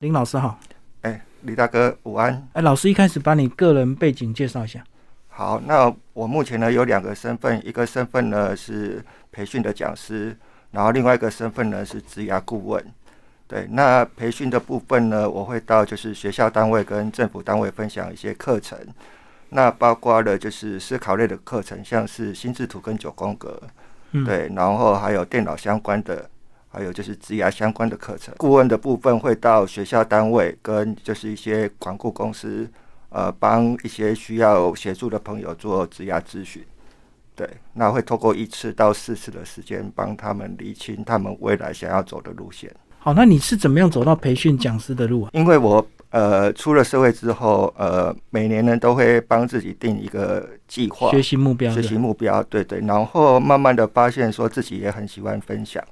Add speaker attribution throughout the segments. Speaker 1: 林老师好，
Speaker 2: 哎，李大哥，午安。
Speaker 1: 哎，老师一开始把你个人背景介绍一下。
Speaker 2: 好，那我目前呢有两个身份，一个身份呢是培训的讲师，然后另外一个身份呢是职涯顾问。对，那培训的部分呢，我会到就是学校单位跟政府单位分享一些课程，那包括了就是思考类的课程，像是心智图跟九宫格，
Speaker 1: 嗯，，
Speaker 2: 对，然后还有电脑相关的，还有就是职涯相关的课程。顾问的部分会到学校单位跟就是一些管顾公司，呃，帮一些需要协助的朋友做职涯咨询。对，那会透过一次到四次的时间，帮他们厘清他们未来想要走的路线。
Speaker 1: 好，那你是怎么样走到培训讲师的路啊？
Speaker 2: 因为我呃出了社会之后，呃，每年呢都会帮自己定一个计划，
Speaker 1: 学习目标
Speaker 2: 学
Speaker 1: 的，
Speaker 2: 习目标，对对，然后慢慢的发现说自己也很喜欢分享，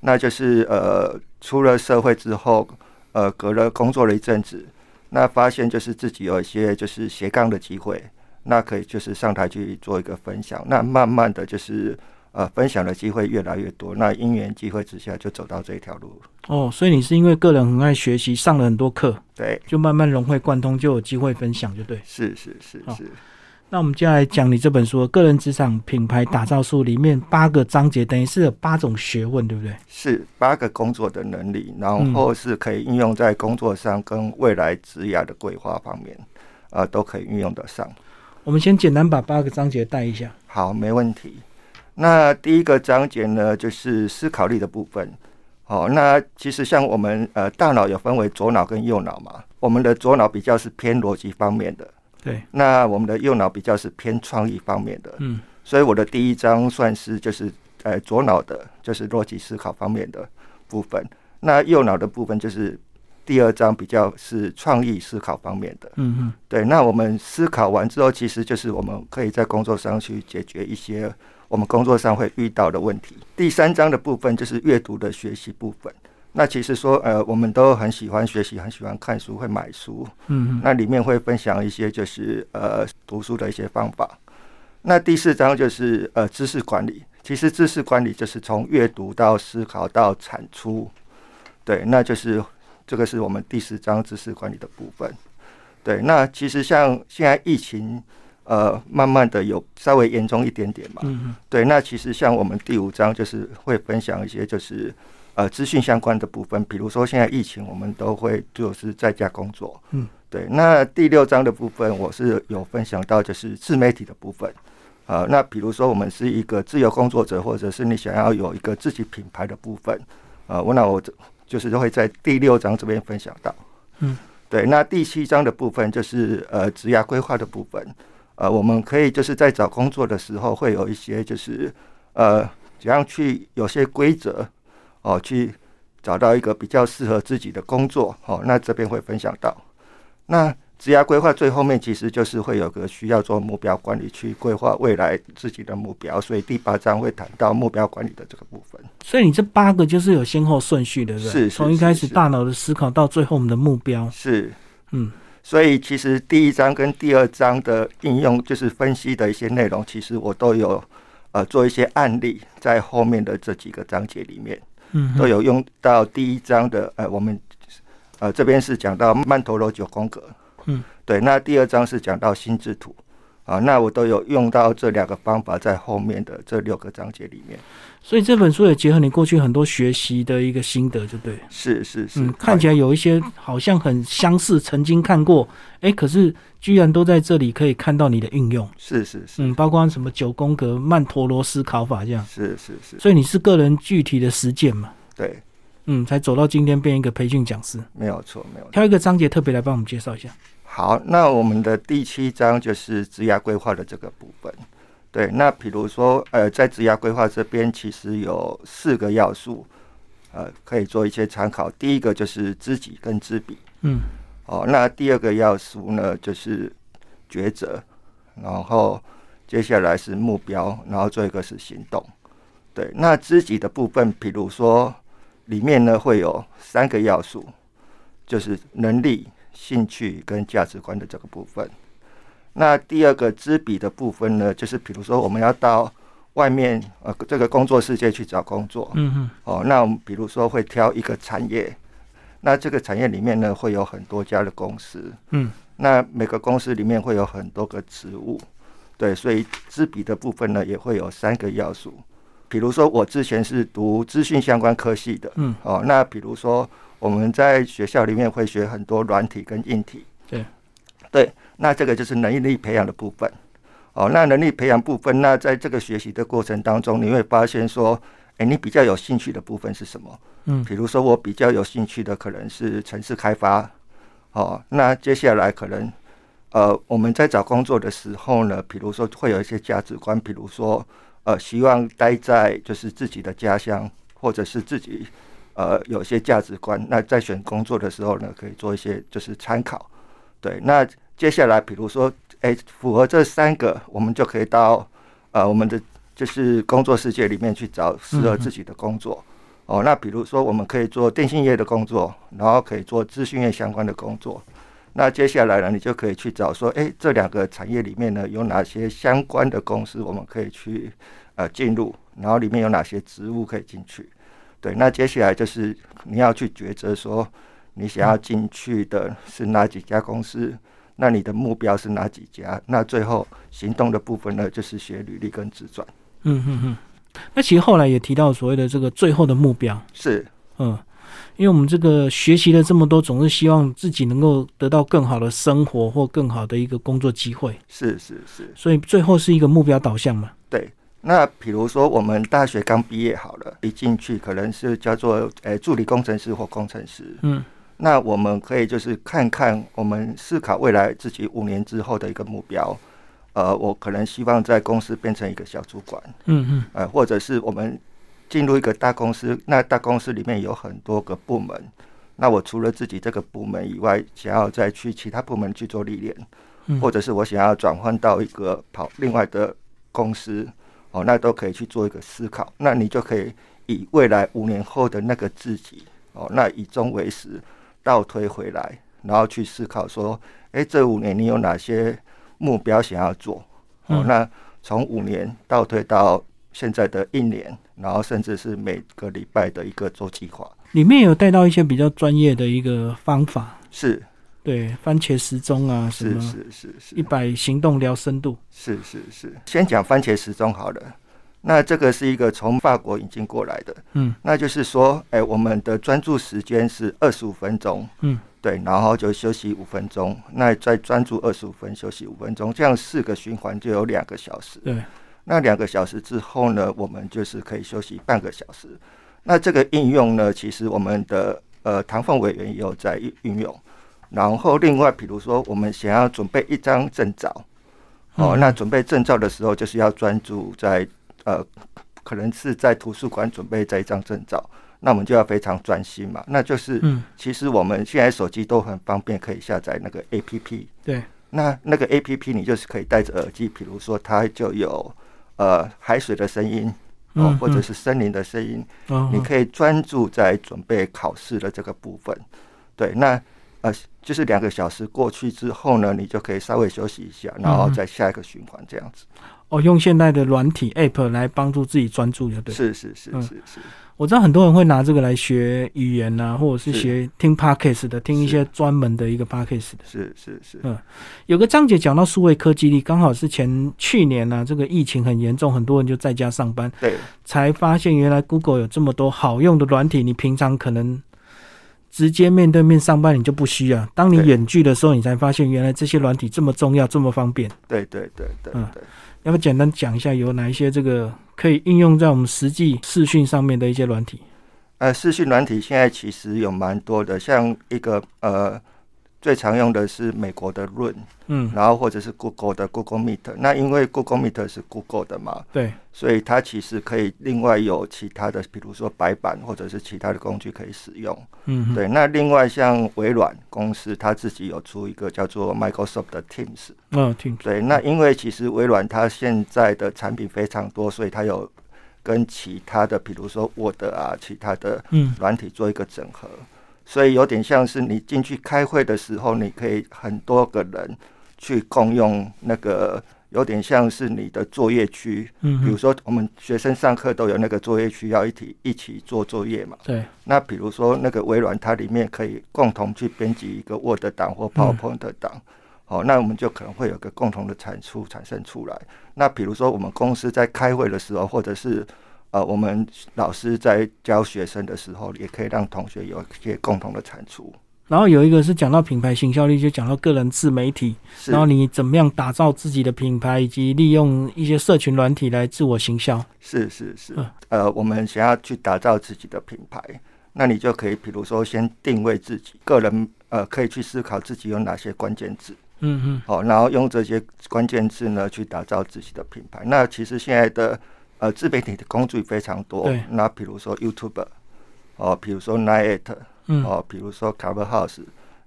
Speaker 2: 那就是呃出了社会之后，呃隔了工作了一阵子，那发现就是自己有一些就是斜杠的机会，那可以就是上台去做一个分享，那慢慢的就是呃分享的机会越来越多，那因缘机会之下就走到这一条路，
Speaker 1: 哦，所以你是因为个人很爱学习，上了很多课，
Speaker 2: 对，
Speaker 1: 就慢慢融会贯通，就有机会分享，就对。
Speaker 2: 是是是
Speaker 1: 好
Speaker 2: 是，
Speaker 1: 那我们接下来讲你这本书《个人职场品牌打造术》里面八个章节，等于是有八种学问，对不对？
Speaker 2: 是八个工作的能力，然后是可以应用在工作上跟未来职涯的规划方面，呃，都可以运用得上。
Speaker 1: 我们先简单把八个章节带一下。
Speaker 2: 好，没问题。那第一个章节呢，就是思考力的部分。好、那其实像我们呃，大脑有分为左脑跟右脑嘛，我们的左脑比较是偏逻辑方面的，
Speaker 1: 对，
Speaker 2: 那我们的右脑比较是偏创意方面的。
Speaker 1: 嗯，
Speaker 2: 所以我的第一章算是就是呃左脑的，就是逻辑思考方面的部分。那右脑的部分就是第二章比较是创意思考方面的。
Speaker 1: 嗯嗯，
Speaker 2: 对，那我们思考完之后，其实就是我们可以在工作上去解决一些我们工作上会遇到的问题。第三章的部分就是阅读的学习部分。那其实说，呃，我们都很喜欢学习，很喜欢看书，会买书，
Speaker 1: 嗯嗯，
Speaker 2: 那里面会分享一些就是呃读书的一些方法。那第四章就是呃知识管理，其实知识管理就是从阅读到思考到产出，对，那就是这个是我们第四章知识管理的部分。对，那其实像现在疫情呃慢慢的有稍微严重一点点嘛，
Speaker 1: 嗯嗯，
Speaker 2: 对，那其实像我们第五章就是会分享一些就是呃资讯相关的部分，比如说现在疫情，我们都会就是在家工作，
Speaker 1: 嗯，
Speaker 2: 对。那第六章的部分，我是有分享到就是自媒体的部分，呃，那比如说我们是一个自由工作者，或者是你想要有一个自己品牌的部分，呃，我那我这就是会在第六章这边分享到，
Speaker 1: 嗯，
Speaker 2: 对。那第七章的部分就是呃职业规划的部分，呃，我们可以就是在找工作的时候会有一些就是呃，怎样去有些规则哦，去找到一个比较适合自己的工作哦。那这边会分享到。那职业规划最后面其实就是会有个需要做目标管理，去规划未来自己的目标，所以第八章会谈到目标管理的这个部分。
Speaker 1: 所以你这八个就是有先后顺序的，对不对？
Speaker 2: 是是
Speaker 1: 从一开始
Speaker 2: 是是
Speaker 1: 大脑的思考到最后我们的目标，
Speaker 2: 是，
Speaker 1: 嗯，
Speaker 2: 所以其实第一章跟第二章的应用，就是分析的一些内容，其实我都有呃做一些案例，在后面的这几个章节里面
Speaker 1: 嗯
Speaker 2: 都有用到第一章的呃我们呃这边是讲到曼陀罗九宫格，
Speaker 1: 嗯，
Speaker 2: 对，那第二章是讲到心智图。啊，那我都有用到这两个方法在后面的这六个章节里面，
Speaker 1: 所以这本书也结合你过去很多学习的一个心得，就对了。
Speaker 2: 是是是，
Speaker 1: 嗯，看起来有一些好像很相似，曾经看过，哎，可是居然都在这里可以看到你的运用。
Speaker 2: 是是是
Speaker 1: 嗯，包括什么九宫格、曼陀罗思考法这样，
Speaker 2: 是是是，
Speaker 1: 所以你是个人具体的实践嘛，
Speaker 2: 对，
Speaker 1: 嗯，才走到今天变一个培训讲师。
Speaker 2: 没有错没有错。
Speaker 1: 挑一个章节特别来帮我们介绍一下。
Speaker 2: 好，那我们的第七章就是职涯规划的这个部分。对，那比如说，呃，在职涯规划这边，其实有四个要素，呃，可以做一些参考。第一个就是知己跟知彼，
Speaker 1: 嗯
Speaker 2: 哦，那第二个要素呢就是抉择，然后接下来是目标，然后最后一个是行动。对，那知己的部分，比如说里面呢会有三个要素，就是能力、兴趣跟价值观的这个部分。那第二个知彼的部分呢，就是比如说我们要到外面呃这个工作世界去找工作，
Speaker 1: 嗯嗯
Speaker 2: 哦，那我们比如说会挑一个产业，那这个产业里面呢，会有很多家的公司，
Speaker 1: 嗯，
Speaker 2: 那每个公司里面会有很多个职务，对，所以知彼的部分呢，也会有三个要素。比如说，我之前是读资讯相关科系的，
Speaker 1: 嗯，
Speaker 2: 哦，那比如说我们在学校里面会学很多软体跟硬体，
Speaker 1: 对，
Speaker 2: 对，那这个就是能力培养的部分。哦，那能力培养部分，那在这个学习的过程当中，你会发现说，哎，你比较有兴趣的部分是什么？
Speaker 1: 嗯
Speaker 2: 比如说我比较有兴趣的可能是城市开发，哦，那接下来可能，呃，我们在找工作的时候呢，比如说会有一些价值观，比如说，呃，希望待在就是自己的家乡，或者是自己，呃，有一些价值观。那在选工作的时候呢，可以做一些就是参考。对，那接下来比如说，哎，符合这三个，我们就可以到呃我们的就是工作世界里面去找适合自己的工作。哦，那比如说我们可以做电信业的工作，然后可以做资讯业相关的工作。那接下来呢，你就可以去找说，哎，这两个产业里面呢，有哪些相关的公司我们可以去呃进入，然后里面有哪些职务可以进去。对，那接下来就是你要去抉择说，你想要进去的是哪几家公司，那你的目标是哪几家？那最后行动的部分呢，就是写履历跟自传。
Speaker 1: 嗯嗯嗯。那其实后来也提到所谓的这个最后的目标，
Speaker 2: 是
Speaker 1: 嗯，因为我们这个学习了这么多，总是希望自己能够得到更好的生活或更好的一个工作机会，
Speaker 2: 是是是，
Speaker 1: 所以最后是一个目标导向嘛。
Speaker 2: 对。那比如说我们大学刚毕业好了，一进去可能是叫做诶、助理工程师或工程师。
Speaker 1: 嗯
Speaker 2: 那我们可以就是看看我们思考未来自己五年之后的一个目标。呃，我可能希望在公司变成一个小主管，
Speaker 1: 嗯嗯
Speaker 2: 呃，或者是我们进入一个大公司，那大公司里面有很多个部门，那我除了自己这个部门以外，想要再去其他部门去做历练，
Speaker 1: 嗯，
Speaker 2: 或者是我想要转换到一个跑另外的公司，哦，那都可以去做一个思考。那你就可以以未来五年后的那个自己，哦，那以终为始，倒推回来，然后去思考说，诶，这五年你有哪些目标想要做？哦
Speaker 1: 嗯，
Speaker 2: 那从五年倒推到现在的一年，然后甚至是每个礼拜的一个周计划，
Speaker 1: 里面有带到一些比较专业的一个方法，
Speaker 2: 是
Speaker 1: 对，番茄时钟啊，什
Speaker 2: 是
Speaker 1: 么
Speaker 2: 是是是
Speaker 1: 一百行动聊深度，
Speaker 2: 是是是，先讲番茄时钟好了。那这个是一个从法国引进过来的，
Speaker 1: 嗯
Speaker 2: 那就是说，哎、我们的专注时间是二十五分钟，
Speaker 1: 嗯，
Speaker 2: 对，然后就休息五分钟，那再专注二十五分，休息五分钟，这样四个循环就有两个小时。
Speaker 1: 对，
Speaker 2: 那两个小时之后呢，我们就是可以休息半个小时。那这个应用呢，其实我们的呃唐凤委员也有在运运用。然后另外，比如说我们想要准备一张证照，哦，
Speaker 1: 嗯
Speaker 2: 那准备证照的时候，就是要专注在呃，可能是在图书馆准备这一张证照，那我们就要非常专心嘛。那就是
Speaker 1: 嗯
Speaker 2: 其实我们现在手机都很方便，可以下载那个 APP。
Speaker 1: 对，
Speaker 2: 那那个 A P P 你就是可以戴着耳机，比如说它就有呃海水的声音哦
Speaker 1: 嗯，
Speaker 2: 或者是森林的声音，
Speaker 1: 哦
Speaker 2: 你可以专注在准备考试的这个部分。对，那呃就是两个小时过去之后呢，你就可以稍微休息一下，然后
Speaker 1: 嗯
Speaker 2: 再下一个循环这样子。
Speaker 1: 哦用现代的软体 App 来帮助自己专注，就对。
Speaker 2: 是是是
Speaker 1: 嗯
Speaker 2: 是是
Speaker 1: 我知道很多人会拿这个来学语言啊，或者是
Speaker 2: 是
Speaker 1: 学听 podcast 的，听一
Speaker 2: 是
Speaker 1: 些专门的一个 podcast 的。
Speaker 2: 是是是
Speaker 1: 嗯有个章节讲到数位科技力，刚好是前去年呢、啊，这个疫情很严重，很多人就在家上班，
Speaker 2: 对
Speaker 1: 才发现原来 Google 有这么多好用的软体，你平常可能直接面对面上班你就不需要，当你
Speaker 2: 对
Speaker 1: 远距的时候，你才发现原来这些软体这么重要，这么方便。
Speaker 2: 对对对对
Speaker 1: 嗯
Speaker 2: 对。
Speaker 1: 要不简单讲一下有哪一些这个可以应用在我们实际视讯上面的一些软体？
Speaker 2: 呃，视讯软体现在其实有蛮多的，像一个呃最常用的是美国的润。
Speaker 1: 嗯，
Speaker 2: 然后或者是 Google 的 Google Meet。那因为 Google Meet 是 Google 的嘛，
Speaker 1: 对，
Speaker 2: 所以它其实可以另外有其他的，比如说白板或者是其他的工具可以使用。
Speaker 1: 嗯哼，
Speaker 2: 对，那另外像微软公司，它自己有出一个叫做 Microsoft 的 Teams。
Speaker 1: 嗯，挺
Speaker 2: 对，那因为其实微软它现在的产品非常多，所以它有跟其他的，比如说 Word 啊，其他的
Speaker 1: 嗯
Speaker 2: 软体做一个整合，所以有点像是你进去开会的时候，你可以很多个人去共用那个有点像是你的作业区。
Speaker 1: 嗯
Speaker 2: 比如
Speaker 1: 哼，
Speaker 2: 说，我们学生上课都有那个作业区，要一起一起做作业嘛。
Speaker 1: 对，
Speaker 2: 那比如说，那个微软它里面可以共同去编辑一个 Word 档或 PowerPoint 档，
Speaker 1: 嗯
Speaker 2: 好、那我们就可能会有个共同的产出产生出来。那比如说，我们公司在开会的时候，或者是呃，我们老师在教学生的时候，也可以让同学有一些共同的产出。
Speaker 1: 然后有一个是讲到品牌行销力，就讲到个人自媒体，
Speaker 2: 是
Speaker 1: 然后你怎么样打造自己的品牌，以及利用一些社群软体来自我行销。
Speaker 2: 是是是
Speaker 1: 嗯，
Speaker 2: 呃，我们想要去打造自己的品牌，那你就可以，比如说先定位自己个人，呃，可以去思考自己有哪些关键字，
Speaker 1: 嗯哼，
Speaker 2: 好、哦然后用这些关键字呢去打造自己的品牌。那其实现在的呃自媒体的工具非常多
Speaker 1: 对，
Speaker 2: 那比如说 YouTube，哦，比如说 Night，
Speaker 1: 嗯，
Speaker 2: 哦，比如说 Cover House，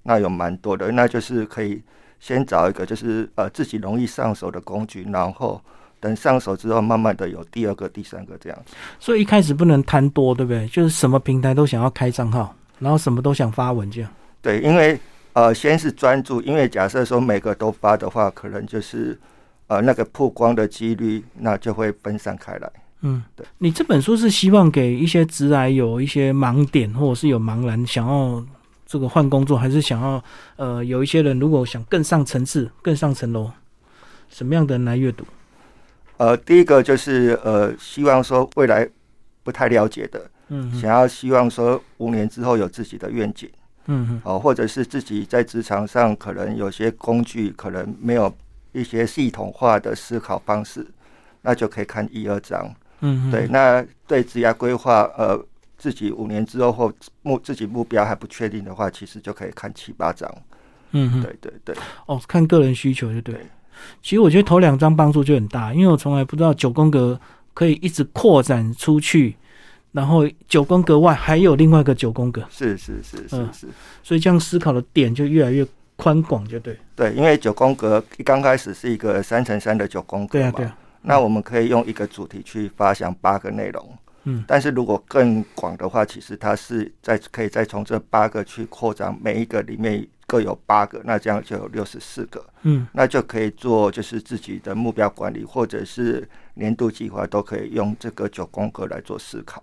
Speaker 2: 那有蛮多的，那就是可以先找一个就是呃自己容易上手的工具，然后等上手之后，慢慢的有第二个、第三个这样。
Speaker 1: 所以一开始不能贪多，对不对？就是什么平台都想要开账号，然后什么都想发文这样。
Speaker 2: 对，因为呃，先是专注，因为假设说每个都发的话，可能就是呃那个曝光的几率，那就会分散开来。
Speaker 1: 嗯
Speaker 2: 对，
Speaker 1: 你这本书是希望给一些直癌有一些盲点，或者是有茫然想要这个换工作，还是想要呃有一些人如果想更上层次、更上层楼，什么样的人来阅读？
Speaker 2: 呃，第一个就是呃，希望说未来不太了解的，
Speaker 1: 嗯哼
Speaker 2: 想要希望说五年之后有自己的愿景
Speaker 1: 嗯哼
Speaker 2: 哦、或者是自己在职场上可能有些工具可能没有一些系统化的思考方式，那就可以看一二章。
Speaker 1: 嗯哼，
Speaker 2: 对，那对职业规划，呃，自己五年之后或目自己目标还不确定的话，其实就可以看七八章。
Speaker 1: 嗯哼，
Speaker 2: 对对对，
Speaker 1: 哦，看个人需求就对
Speaker 2: 对。
Speaker 1: 其实我觉得头两张帮助就很大，因为我从来不知道九宫格可以一直扩展出去，然后九宫格外还有另外一个九宫格，
Speaker 2: 是是是是
Speaker 1: 嗯
Speaker 2: 是，
Speaker 1: 所以这样思考的点就越来越宽广，就对。
Speaker 2: 对，因为九宫格一刚开始是一个三乘三的九宫格
Speaker 1: 对
Speaker 2: 嘛，
Speaker 1: 啊，对啊，
Speaker 2: 那我们可以用一个主题去发想八个内容。
Speaker 1: 嗯
Speaker 2: 但是如果更广的话，其实它是在可以再从这八个去扩张，每一个里面各有八个，那这样就有六十四个。
Speaker 1: 嗯。
Speaker 2: 那就可以做就是自己的目标管理，或者是年度计划，都可以用这个九宫格来做思考。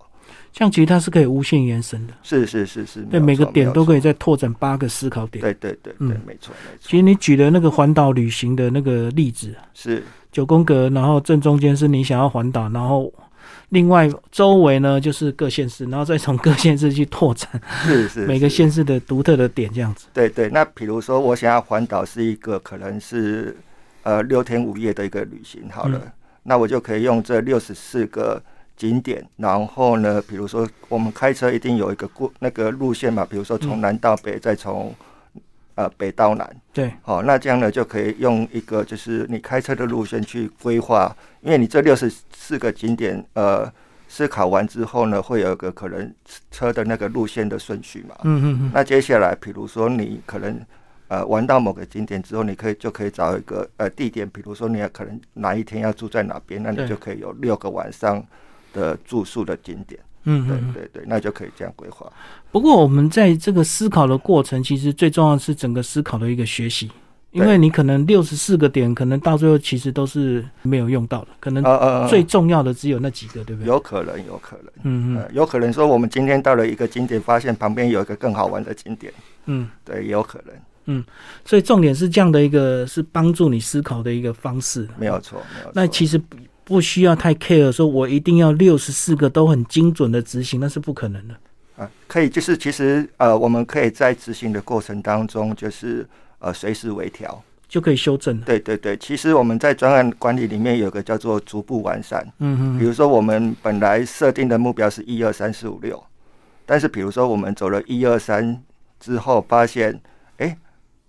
Speaker 1: 像其实它是可以无限延伸的，
Speaker 2: 是是是是，
Speaker 1: 对
Speaker 2: 没
Speaker 1: 每
Speaker 2: 有
Speaker 1: 个
Speaker 2: 错
Speaker 1: 点都可。
Speaker 2: 没有
Speaker 1: 以再拓展八个思考
Speaker 2: 错
Speaker 1: 点。
Speaker 2: 对对对对，
Speaker 1: 嗯
Speaker 2: 没错没
Speaker 1: 其
Speaker 2: 错，
Speaker 1: 实你举的那个环岛旅行的那个例子，
Speaker 2: 是
Speaker 1: 九宫格，然后正中间是你想要环岛，然后另外周围呢就是各县市，然后再从各县市去拓展
Speaker 2: 是是
Speaker 1: 每个
Speaker 2: 是
Speaker 1: 县市的独特的点，这样子。
Speaker 2: 对对。那比如说，我想要环岛是一个可能是呃六天五夜的一个旅行，好了，那我就可以用这六十四个。景点，然后呢，比如说我们开车一定有一个过那个路线嘛，比如说从
Speaker 1: 嗯
Speaker 2: 南到北，再从呃北到南，
Speaker 1: 对，
Speaker 2: 好、那这样呢就可以用一个就是你开车的路线去规划，因为你这六十四个景点，呃，思考完之后呢，会有一个可能车的那个路线的顺序嘛。
Speaker 1: 嗯嗯嗯，
Speaker 2: 那接下来，比如说你可能呃玩到某个景点之后，你可以就可以找一个呃地点，比如说你要可能哪一天要住在哪边，那
Speaker 1: 对
Speaker 2: 你就可以有六个晚上的住宿的景点。
Speaker 1: 嗯
Speaker 2: 对
Speaker 1: 嗯嗯。
Speaker 2: 对对，那就可以这样规划。
Speaker 1: 不过我们在这个思考的过程，其实最重要的是整个思考的一个学习，因为
Speaker 2: 对
Speaker 1: 你可能六十四个点，可能到最后其实都是没有用到的，可能
Speaker 2: 呃呃，
Speaker 1: 嗯
Speaker 2: 呃呃
Speaker 1: 最重要的只有那几个，对不对？
Speaker 2: 有可能，有可能。
Speaker 1: 嗯嗯
Speaker 2: 呃，有可能说我们今天到了一个景点，发现旁边有一个更好玩的景点，
Speaker 1: 嗯。
Speaker 2: 对，也有可能，
Speaker 1: 所以重点是这样的一个是帮助你思考的一个方式。
Speaker 2: 没有错，没有错。
Speaker 1: 那其实不不需要太 care，说我一定要六十四个都很精准的执行，那是不可能的。
Speaker 2: 啊、可以就是其实呃，我们可以在执行的过程当中，就是呃随时微调。
Speaker 1: 就可以修正了。
Speaker 2: 对对对，其实我们在专案管理里面有个叫做逐步完善，
Speaker 1: 嗯嗯
Speaker 2: 比如说我们本来设定的目标是一二三四五六，但是比如说我们走了一二三之后，发现哎、诶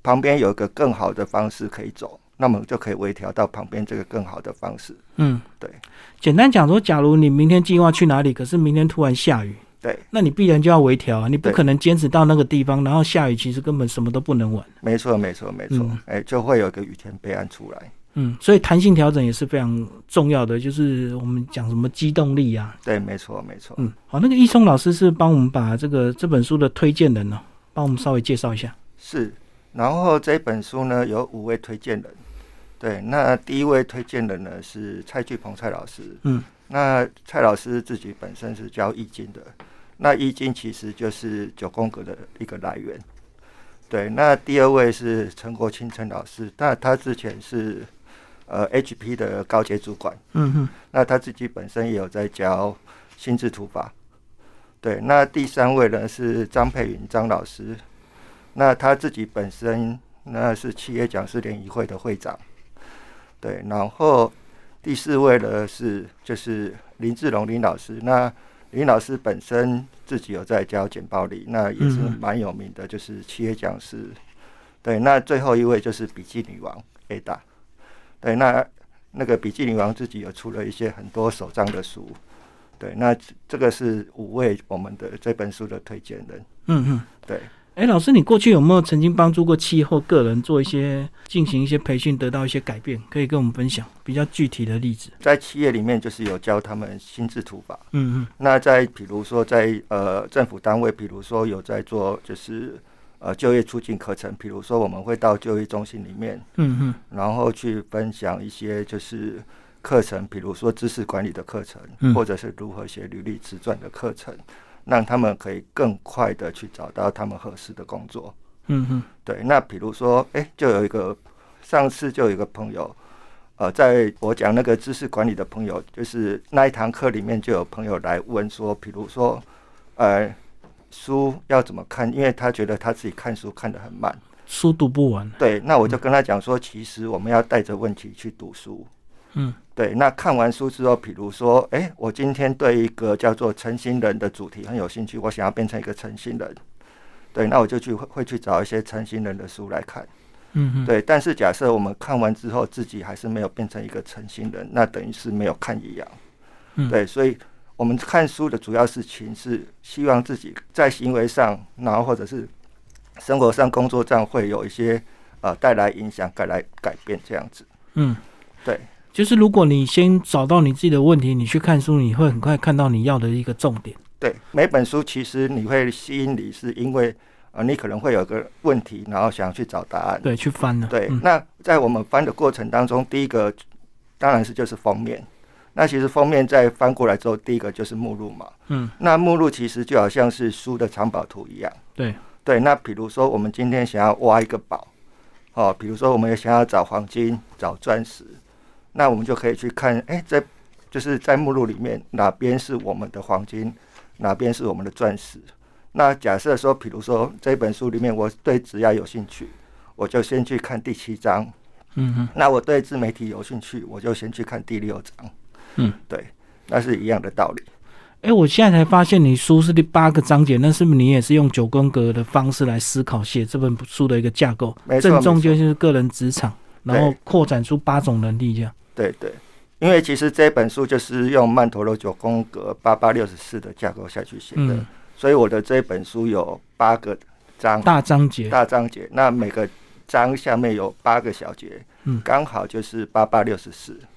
Speaker 2: 旁边有一个更好的方式可以走，那么就可以微调到旁边这个更好的方式。
Speaker 1: 嗯，
Speaker 2: 对。
Speaker 1: 简单讲说，假如你明天计划去哪里，可是明天突然下雨，
Speaker 2: 对，
Speaker 1: 那你必然就要微调啊，你不
Speaker 2: 对
Speaker 1: 可能坚持到那个地方，然后下雨其实根本什么都不能玩。
Speaker 2: 没错，没错，没错
Speaker 1: 嗯，
Speaker 2: 哎、就会有一个雨天备案出来。
Speaker 1: 嗯，所以弹性调整也是非常重要的，就是我们讲什么机动力啊，
Speaker 2: 对，没错，没错。
Speaker 1: 嗯，好，那个易松老师是帮我们把这个这本书的推荐人呢、帮我们稍微介绍一下。
Speaker 2: 是。然后这本书呢，有五位推荐人，对，那第一位推荐人呢是蔡巨鹏蔡老师。
Speaker 1: 嗯，
Speaker 2: 那蔡老师自己本身是教易经的，那易经其实就是九宫格的一个来源。对，那第二位是陈国清陈老师，那他之前是呃 HP 的高阶主管，
Speaker 1: 嗯哼，
Speaker 2: 那他自己本身也有在教心智图法。对，那第三位呢是张佩云张老师，那他自己本身那是企业讲师联谊会的会长。对，然后第四位呢是就是林志龙林老师，那林老师本身自己有在教简报里，那也是
Speaker 1: 嗯
Speaker 2: 蛮有名的，就是企业讲师。对，那最后一位就是笔记女王 Ada。对，那那个笔记女王自己有出了一些很多手账的书。对，那这这个是五位我们的这本书的推荐人。
Speaker 1: 嗯哼。
Speaker 2: 对，
Speaker 1: 哎，老师，你过去有没有曾经帮助过气候个人做一些进行一些培训，得到一些改变？可以跟我们分享比较具体的例子。
Speaker 2: 在企业里面就是有教他们心智图法。
Speaker 1: 嗯
Speaker 2: 那在比如说在呃政府单位，比如说有在做就是呃就业促进课程，比如说我们会到就业中心里面，
Speaker 1: 嗯嗯
Speaker 2: 然后去分享一些就是课程，比如说知识管理的课程，
Speaker 1: 嗯
Speaker 2: 或者是如何写履历自传的课程，让他们可以更快的去找到他们合适的工作。
Speaker 1: 嗯嗯
Speaker 2: 对，那比如说，哎，就有一个上次就有一个朋友，呃，在我讲那个知识管理的朋友，就是那一堂课里面就有朋友来问说，比如说，呃，书要怎么看？因为他觉得他自己看书看得很慢。
Speaker 1: 哼，书读不完。
Speaker 2: 对，那我就跟他讲说，其实我们要带着问题去读书。
Speaker 1: 嗯
Speaker 2: 对，那看完书之后，比如说，哎，我今天对一个叫做诚心人的主题很有兴趣，我想要变成一个诚心人。对，那我就去会会去找一些诚心人的书来看。
Speaker 1: 嗯嗯，
Speaker 2: 对，但是假设我们看完之后，自己还是没有变成一个诚心人，那等于是没有看一样。
Speaker 1: 嗯
Speaker 2: 对，所以我们看书的主要事情是希望自己在行为上，然后或者是生活上、工作上会有一些呃带来影响、带来改变这样子。
Speaker 1: 嗯，
Speaker 2: 对，
Speaker 1: 就是如果你先找到你自己的问题，你去看书，你会很快看到你要的一个重点。
Speaker 2: 对，每本书其实你会吸引你，是因为呃你可能会有个问题，然后想要去找答案。
Speaker 1: 对，去翻了。
Speaker 2: 对，
Speaker 1: 嗯
Speaker 2: 那在我们翻的过程当中，第一个当然是就是封面。那其实封面在翻过来之后，第一个就是目录嘛。
Speaker 1: 嗯，
Speaker 2: 那目录其实就好像是书的藏宝图一样。
Speaker 1: 对，
Speaker 2: 对，那比如说我们今天想要挖一个宝，哦，比如说我们也想要找黄金、找钻石，那我们就可以去看，哎、在就是在目录里面哪边是我们的黄金，哪边是我们的钻石。那假设说，比如说这本书里面我对职业有兴趣，我就先去看第七章，
Speaker 1: 嗯嗯
Speaker 2: 那我对自媒体有兴趣，我就先去看第六章。
Speaker 1: 嗯，
Speaker 2: 对，那是一样的道理。
Speaker 1: 哎，我现在才发现你书是第八个章节，那是不是你也是用九宫格的方式来思考写这本书的一个架构？
Speaker 2: 没错
Speaker 1: 正中
Speaker 2: 没错
Speaker 1: 间就是个人职场，然后
Speaker 2: 对
Speaker 1: 扩展出八种能力这样。
Speaker 2: 对对，因为其实这本书就是用曼陀罗九宫格八八六十四的架构下去写的，
Speaker 1: 嗯，
Speaker 2: 所以我的这本书有八个章
Speaker 1: 大章节。
Speaker 2: 大章节，那每个章下面有八个小节，
Speaker 1: 嗯
Speaker 2: 刚好就是八八六十四。
Speaker 1: 嗯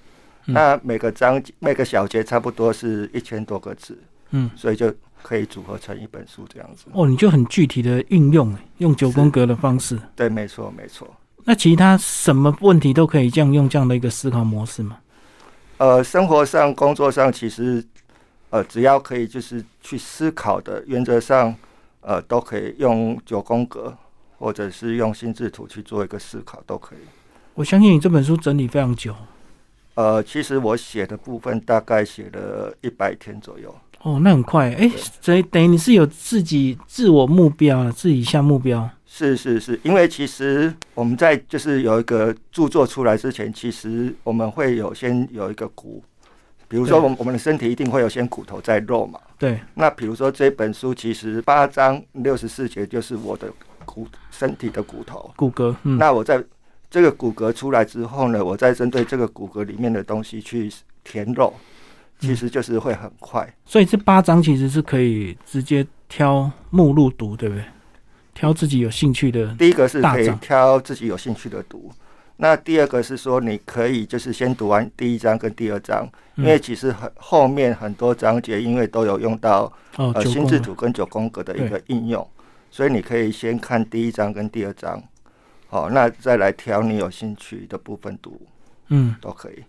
Speaker 2: 那每个章节每个小节差不多是一千多个字，
Speaker 1: 嗯。
Speaker 2: 所以就可以组合成一本书这样子。
Speaker 1: 哦，你就很具体的运用，欸用九宫格的方式。
Speaker 2: 对，没错，没错。
Speaker 1: 那其他什么问题都可以这样用这样的一个思考模式嘛？
Speaker 2: 呃，生活上、工作上，其实呃，只要可以就是去思考的，原则上呃，都可以用九宫格或者是用心智图去做一个思考，都可以。
Speaker 1: 我相信你这本书整理非常久
Speaker 2: 呃，其实我写的部分大概写了一百天左右。
Speaker 1: 哦，那很快哎、欸所以等于你是有自己自我目标了，自己下目标。
Speaker 2: 是是是，因为其实我们在就是有一个著作出来之前，其实我们会有先有一个骨，比如说
Speaker 1: 对
Speaker 2: 我们我们的身体一定会有先骨头再肉嘛。
Speaker 1: 对，
Speaker 2: 那比如说这本书，其实八章六十四节就是我的骨身体的骨头。
Speaker 1: 骨骼，嗯，
Speaker 2: 那我在这个骨骼出来之后呢，我再针对这个骨骼里面的东西去填肉，其
Speaker 1: 嗯
Speaker 2: 实就是会很快。
Speaker 1: 所以这八章其实是可以直接挑目录读，对不对？挑自己有兴趣的，
Speaker 2: 第一个是可
Speaker 1: 大
Speaker 2: 以
Speaker 1: 章
Speaker 2: 挑自己有兴趣的读，那第二个是说你可以就是先读完第一章跟第二章，因为
Speaker 1: 嗯、
Speaker 2: 其实很后面很多章节因为都有用到
Speaker 1: 哦，
Speaker 2: 呃
Speaker 1: 九
Speaker 2: 心
Speaker 1: 宫
Speaker 2: 智
Speaker 1: 格
Speaker 2: 图跟九宫格的一个应用，所以你可以先看第一章跟第二章，好、那再来挑你有兴趣的部分读。
Speaker 1: 嗯，
Speaker 2: 都可以。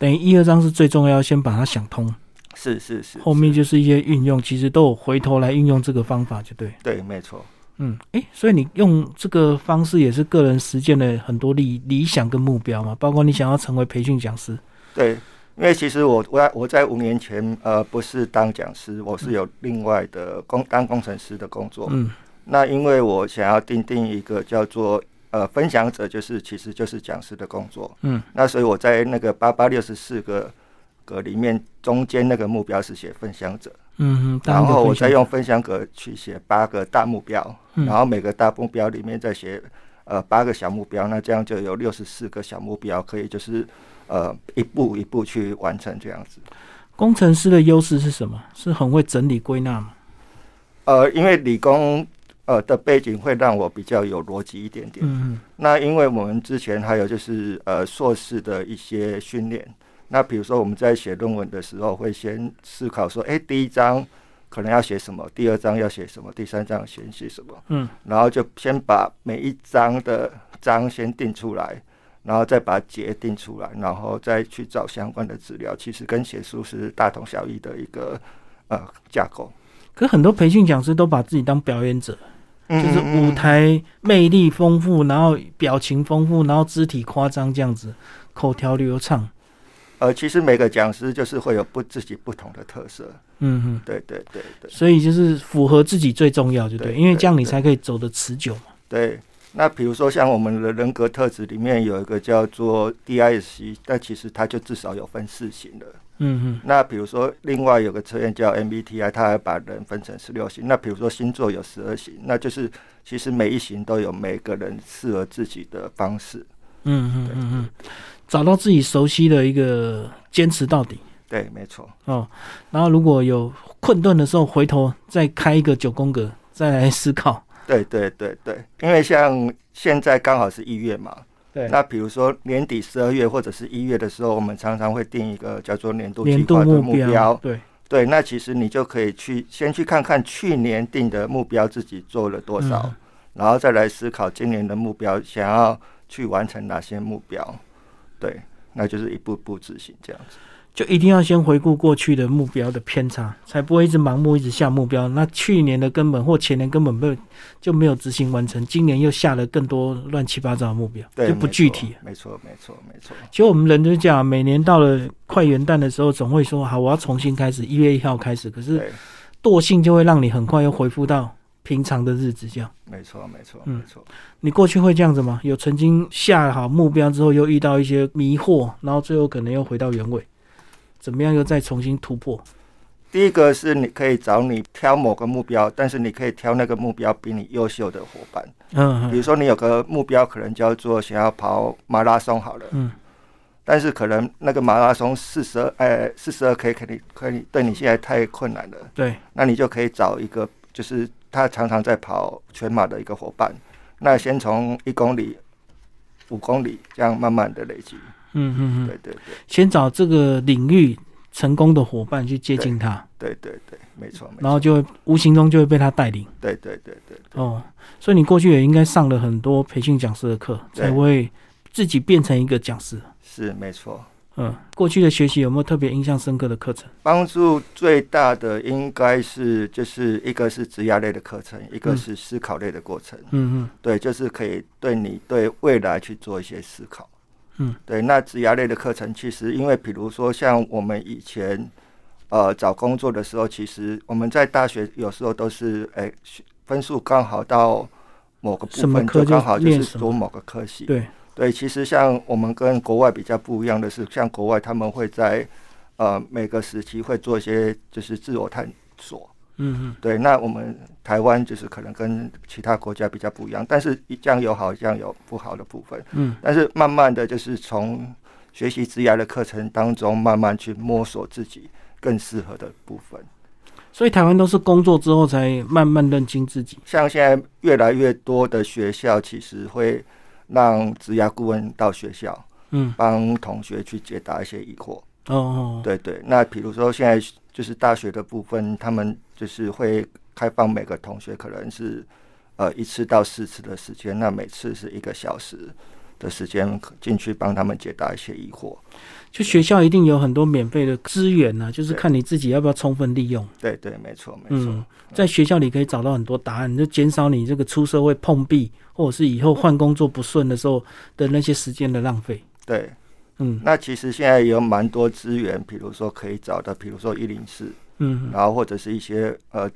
Speaker 1: 等于一二章是最重要，先把它想通，
Speaker 2: 是是是，
Speaker 1: 后面就是一些运用，其实都有回头来运用这个方法，就对。
Speaker 2: 对，没错，
Speaker 1: 嗯，诶，所以你用这个方式也是个人实践了很多理理想跟目标嘛，包括你想要成为培训讲师。
Speaker 2: 对。因为其实我我在我在五年前呃不是当讲师，我是有另外的工当工程师的工作。
Speaker 1: 嗯
Speaker 2: 那因为我想要定定一个叫做呃分享者，就是其实就是讲师的工作。
Speaker 1: 嗯，
Speaker 2: 那所以我在那个八八六十四个格里面，中间那个目标是写分享者，
Speaker 1: 嗯，嗯
Speaker 2: 然后我再，
Speaker 1: 当一个分
Speaker 2: 用分享格去写八个大目标，
Speaker 1: 嗯
Speaker 2: 然后每个大目标里面再写呃八个小目标，那这样就有六十四个小目标，可以就是呃一步一步去完成这样子。
Speaker 1: 享工程师的优势是什么？是很会整理归纳嘛。
Speaker 2: 呃，因为理工呃的背景会让我比较有逻辑一点点。
Speaker 1: 嗯嗯
Speaker 2: 那因为我们之前还有就是呃硕士的一些训练，那比如说我们在写论文的时候，会先思考说，哎，第一章可能要写什么，第二章要写什么，第三章先写什么，
Speaker 1: 嗯，
Speaker 2: 然后就先把每一章的章先定出来，然后再把节定出来，然后再去找相关的资料，其实跟写书是大同小异的一个呃架构，
Speaker 1: 可很多培训讲师都把自己当表演者，
Speaker 2: 嗯
Speaker 1: 就是舞台魅力丰富，然后表情丰富，然后肢体夸张这样子，口条流畅。
Speaker 2: 呃，其实每个讲师就是会有不自己不同的特色，
Speaker 1: 嗯嗯，
Speaker 2: 对对对对
Speaker 1: 所以就是符合自己最重要，就对，
Speaker 2: 对
Speaker 1: 因为这样
Speaker 2: 对
Speaker 1: 你
Speaker 2: 对
Speaker 1: 才可以走得持久嘛。
Speaker 2: 对。那比如说像我们的人格特质里面有一个叫做 DISC，那其实它就至少有分四型的。
Speaker 1: 嗯嗯
Speaker 2: 那比如说另外有个测验叫 MBTI，它还把人分成十六型。那比如说星座有十二型，那就是其实每一型都有每个人适合自己的方式。
Speaker 1: 嗯嗯嗯嗯，找到自己熟悉的一个坚持到底
Speaker 2: 对，没错。
Speaker 1: 哦。然后如果有困顿的时候，回头再开一个九宫格，再来思考。
Speaker 2: 对对对对，因为像现在刚好是一月嘛，
Speaker 1: 对
Speaker 2: 那比如说年底十二月或者是一月的时候，我们常常会定一个叫做年度计
Speaker 1: 年度
Speaker 2: 划的
Speaker 1: 目标，
Speaker 2: 标。
Speaker 1: 对，
Speaker 2: 对，那其实你就可以去先去看看去年定的目标自己做了多少，
Speaker 1: 嗯
Speaker 2: 然后再来思考今年的目标，想要去完成哪些目标。对，那就是一步步执行这样子。
Speaker 1: 就一定要先回顾过去的目标的偏差，才不会一直盲目一直下目标。那去年的根本或前年根本没有就没有执行完成，今年又下了更多乱七八糟的目标，
Speaker 2: 对，
Speaker 1: 就不
Speaker 2: 没
Speaker 1: 具
Speaker 2: 错
Speaker 1: 体。。
Speaker 2: 没错，没错，没错。
Speaker 1: 其实我们人就讲，每年到了快元旦的时候，总会说好，我要重新开始，一月一号开始。可是
Speaker 2: 对，
Speaker 1: 惰性就会让你很快又恢复到平常的日子，这样。
Speaker 2: 没错，没错，
Speaker 1: 嗯
Speaker 2: 没错。
Speaker 1: 你过去会这样子吗？有曾经下好目标之后，又遇到一些迷惑，然后最后可能又回到原位，怎么样又再重新突破？
Speaker 2: 第一个是你可以找你挑某个目标，但是你可以挑那个目标比你优秀的伙伴。
Speaker 1: 嗯
Speaker 2: 比
Speaker 1: 嗯
Speaker 2: 如说你有个目标，可能叫做想要跑马拉松好了，
Speaker 1: 嗯
Speaker 2: 但是可能那个马拉松四十二，呃，四十二 K 可能可以对你现在太困难了，
Speaker 1: 对，
Speaker 2: 那你就可以找一个就是他常常在跑全马的一个伙伴，那先从一公里、五公里这样慢慢的累积，
Speaker 1: 嗯嗯嗯，
Speaker 2: 对对对
Speaker 1: 先找这个领域成功的伙伴去接近他，
Speaker 2: 对对对，没错没
Speaker 1: 然后
Speaker 2: 错，
Speaker 1: 就会无形中就会被他带领。
Speaker 2: 对对对对对
Speaker 1: 哦，所以你过去也应该上了很多培训讲师的课，
Speaker 2: 对
Speaker 1: 才会自己变成一个讲师。
Speaker 2: 是没错。
Speaker 1: 嗯，过去的学习有没有特别印象深刻的课程？
Speaker 2: 帮助最大的应该是就是一个是职涯类的课程，一个
Speaker 1: 嗯
Speaker 2: 是思考类的过程。
Speaker 1: 嗯嗯
Speaker 2: 对，就是可以对你对未来去做一些思考。
Speaker 1: 嗯，
Speaker 2: 对。那职涯类的课程，其实因为比如说像我们以前呃找工作的时候，其实我们在大学有时候都是哎、学分数刚好到某个
Speaker 1: 什
Speaker 2: 部
Speaker 1: 么
Speaker 2: 分
Speaker 1: 科
Speaker 2: 就
Speaker 1: 就
Speaker 2: 刚好就
Speaker 1: 念
Speaker 2: 是
Speaker 1: 什么
Speaker 2: 读某个科系。
Speaker 1: 对，
Speaker 2: 对，其实像我们跟国外比较不一样的是，像国外他们会在呃每个时期会做一些就是自我探索。
Speaker 1: 嗯嗯
Speaker 2: 对，那我们台湾就是可能跟其他国家比较不一样，但是一样有好，一样有不好的部分。
Speaker 1: 嗯
Speaker 2: 但是慢慢的就是从学习职涯的课程当中，慢慢去摸索自己更适合的部分。
Speaker 1: 所以台湾都是工作之后才慢慢认清自己。
Speaker 2: 像现在越来越多的学校其实会让职涯顾问到学校
Speaker 1: 嗯
Speaker 2: 帮同学去解答一些疑惑。
Speaker 1: 哦哦，
Speaker 2: 对对，那比如说现在就是大学的部分，他们就是会开放每个同学可能是呃一次到四次的时间，那每次是一个小时。的时间进去帮他们解答一些疑惑。
Speaker 1: 就学校一定有很多免费的资源呐、就是看你自己要不要充分利用。
Speaker 2: 对对，没错没错。
Speaker 1: 嗯，在学校里可以找到很多答案，就减少你这个出社会碰壁，或者是以后换工作不顺的时候的那些时间的浪费。
Speaker 2: 对，
Speaker 1: 嗯
Speaker 2: 那其实现在也有蛮多资源，比如说可以找的，比如说一零四，
Speaker 1: 嗯
Speaker 2: 然后或者是一些呃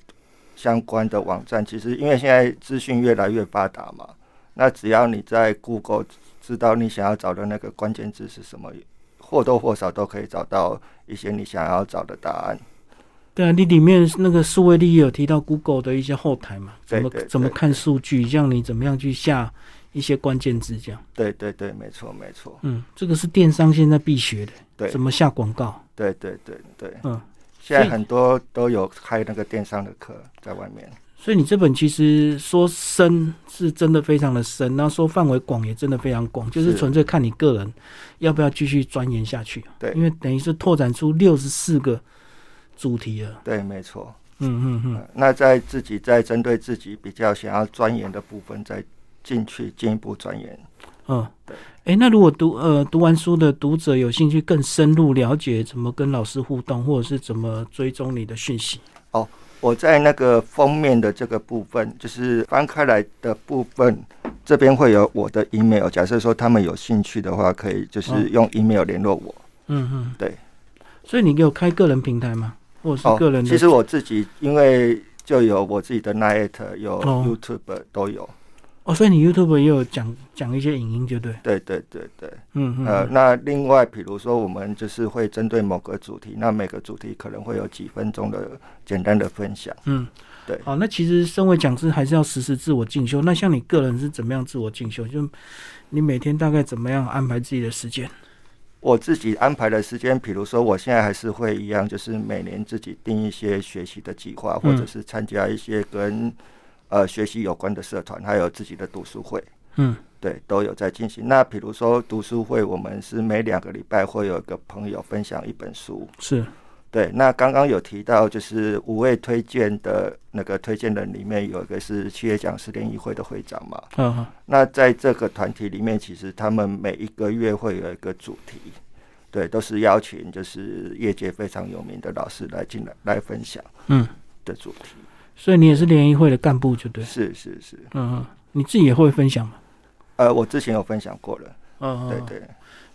Speaker 2: 相关的网站。其实因为现在资讯越来越发达嘛，那只要你在 Google 知道你想要找的那个关键字是什么，或多或少都可以找到一些你想要找的答案。
Speaker 1: 对啊，你里面那个数位力也有提到 Google 的一些后台嘛，怎么
Speaker 2: 对对对
Speaker 1: 怎么看数据，让你怎么样去下一些关键字，这样。
Speaker 2: 对对对，没错没错，
Speaker 1: 嗯，这个是电商现在必学的，
Speaker 2: 对
Speaker 1: 怎么下广告。
Speaker 2: 对对对对，
Speaker 1: 嗯，
Speaker 2: 现在
Speaker 1: 所以
Speaker 2: 很多都有开那个电商的课在外面。
Speaker 1: 所以你这本其实说深是真的非常的深，然后说范围广也真的非常广，就是
Speaker 2: 是
Speaker 1: 纯粹看你个人要不要继续钻研下去。啊
Speaker 2: 对
Speaker 1: 因为等于是拓展出六十四个主题了。
Speaker 2: 对，没错。
Speaker 1: 嗯嗯嗯，
Speaker 2: 呃那在自己再针对自己比较想要钻研的部分，再进去进一步钻研。
Speaker 1: 嗯
Speaker 2: 对。
Speaker 1: 哎，那如果读呃读完书的读者有兴趣更深入了解怎么跟老师互动，或者是怎么追踪你的讯息，
Speaker 2: 我在那个封面的这个部分，就是翻开来的部分，这边会有我的 email。假设说他们有兴趣的话，可以就是
Speaker 1: 嗯
Speaker 2: 用 email 联络我。
Speaker 1: 嗯嗯，
Speaker 2: 对。哦
Speaker 1: 所以你有开个人平台吗？或者是个人的？
Speaker 2: 其实我自己因为就有我自己的 Night，有
Speaker 1: 哦
Speaker 2: YouTube 都有。
Speaker 1: 哦，所以你 YouTube 也有讲讲一些影音，就对。
Speaker 2: 对对对对。
Speaker 1: 嗯嗯。
Speaker 2: 呃，
Speaker 1: 嗯
Speaker 2: 那另外，比如说我们就是会针对某个主题，那每个主题可能会有几分钟的简单的分享。
Speaker 1: 嗯，
Speaker 2: 对
Speaker 1: 好，那其实身为讲师，还是要实时自我进修。那像你个人是怎么样自我进修？就你每天大概怎么样安排自己的时间？
Speaker 2: 我自己安排的时间，比如说我现在还是会一样，就是每年自己定一些学习的计
Speaker 1: 嗯
Speaker 2: 划，或者是参加一些跟呃学习有关的社团，还有自己的读书会，
Speaker 1: 嗯
Speaker 2: 对，都有在进行。那比如说读书会，我们是每两个礼拜会有一个朋友分享一本书，
Speaker 1: 是，
Speaker 2: 对，那刚刚有提到，就是五位推荐的那个推荐人里面有一个是企业讲师联谊会的会长嘛。
Speaker 1: 嗯嗯
Speaker 2: 那在这个团体里面，其实他们每一个月会有一个主题，对，都是邀请就是业界非常有名的老师来进来来分享
Speaker 1: 嗯，
Speaker 2: 的主题。
Speaker 1: 所以你也是联谊会的干部，就对。
Speaker 2: 是是是，
Speaker 1: 嗯嗯，你自己也会分享嘛？
Speaker 2: 呃，我之前有分享过了，
Speaker 1: 嗯，嗯
Speaker 2: 对，
Speaker 1: 嗯
Speaker 2: 对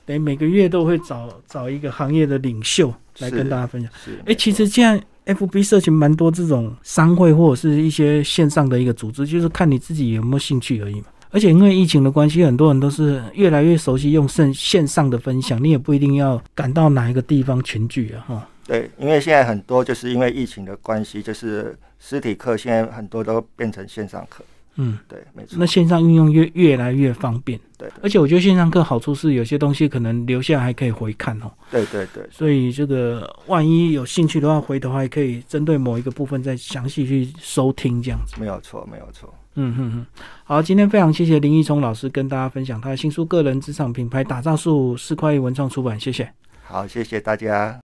Speaker 1: 等于每个月都会找找一个行业的领袖来
Speaker 2: 是
Speaker 1: 跟大家分享。
Speaker 2: 是。
Speaker 1: 哎、其实现在 FB 社群蛮多这种商会或者是一些线上的一个组织，就是看你自己有没有兴趣而已嘛。而且因为疫情的关系，很多人都是越来越熟悉用线线上的分享，你也不一定要赶到哪一个地方群聚啊，哈。
Speaker 2: 对，因为现在很多就是因为疫情的关系，就是实体课现在很多都变成线上课，
Speaker 1: 嗯，
Speaker 2: 对，没错
Speaker 1: 那，线上运用越越来越方便，
Speaker 2: 对
Speaker 1: 而且我觉得线上课好处是有些东西可能留下还可以回看哦，
Speaker 2: 对对对。
Speaker 1: 所以这个万一有兴趣的话，回头还可以针对某一个部分再详细去收听这样子。
Speaker 2: 没有错，没有错。
Speaker 1: 嗯哼哼，好，今天非常谢谢林一聪老师跟大家分享他的新书《个人职场品牌打造术》，四块一文创出版，谢谢。
Speaker 2: 好，谢谢大家。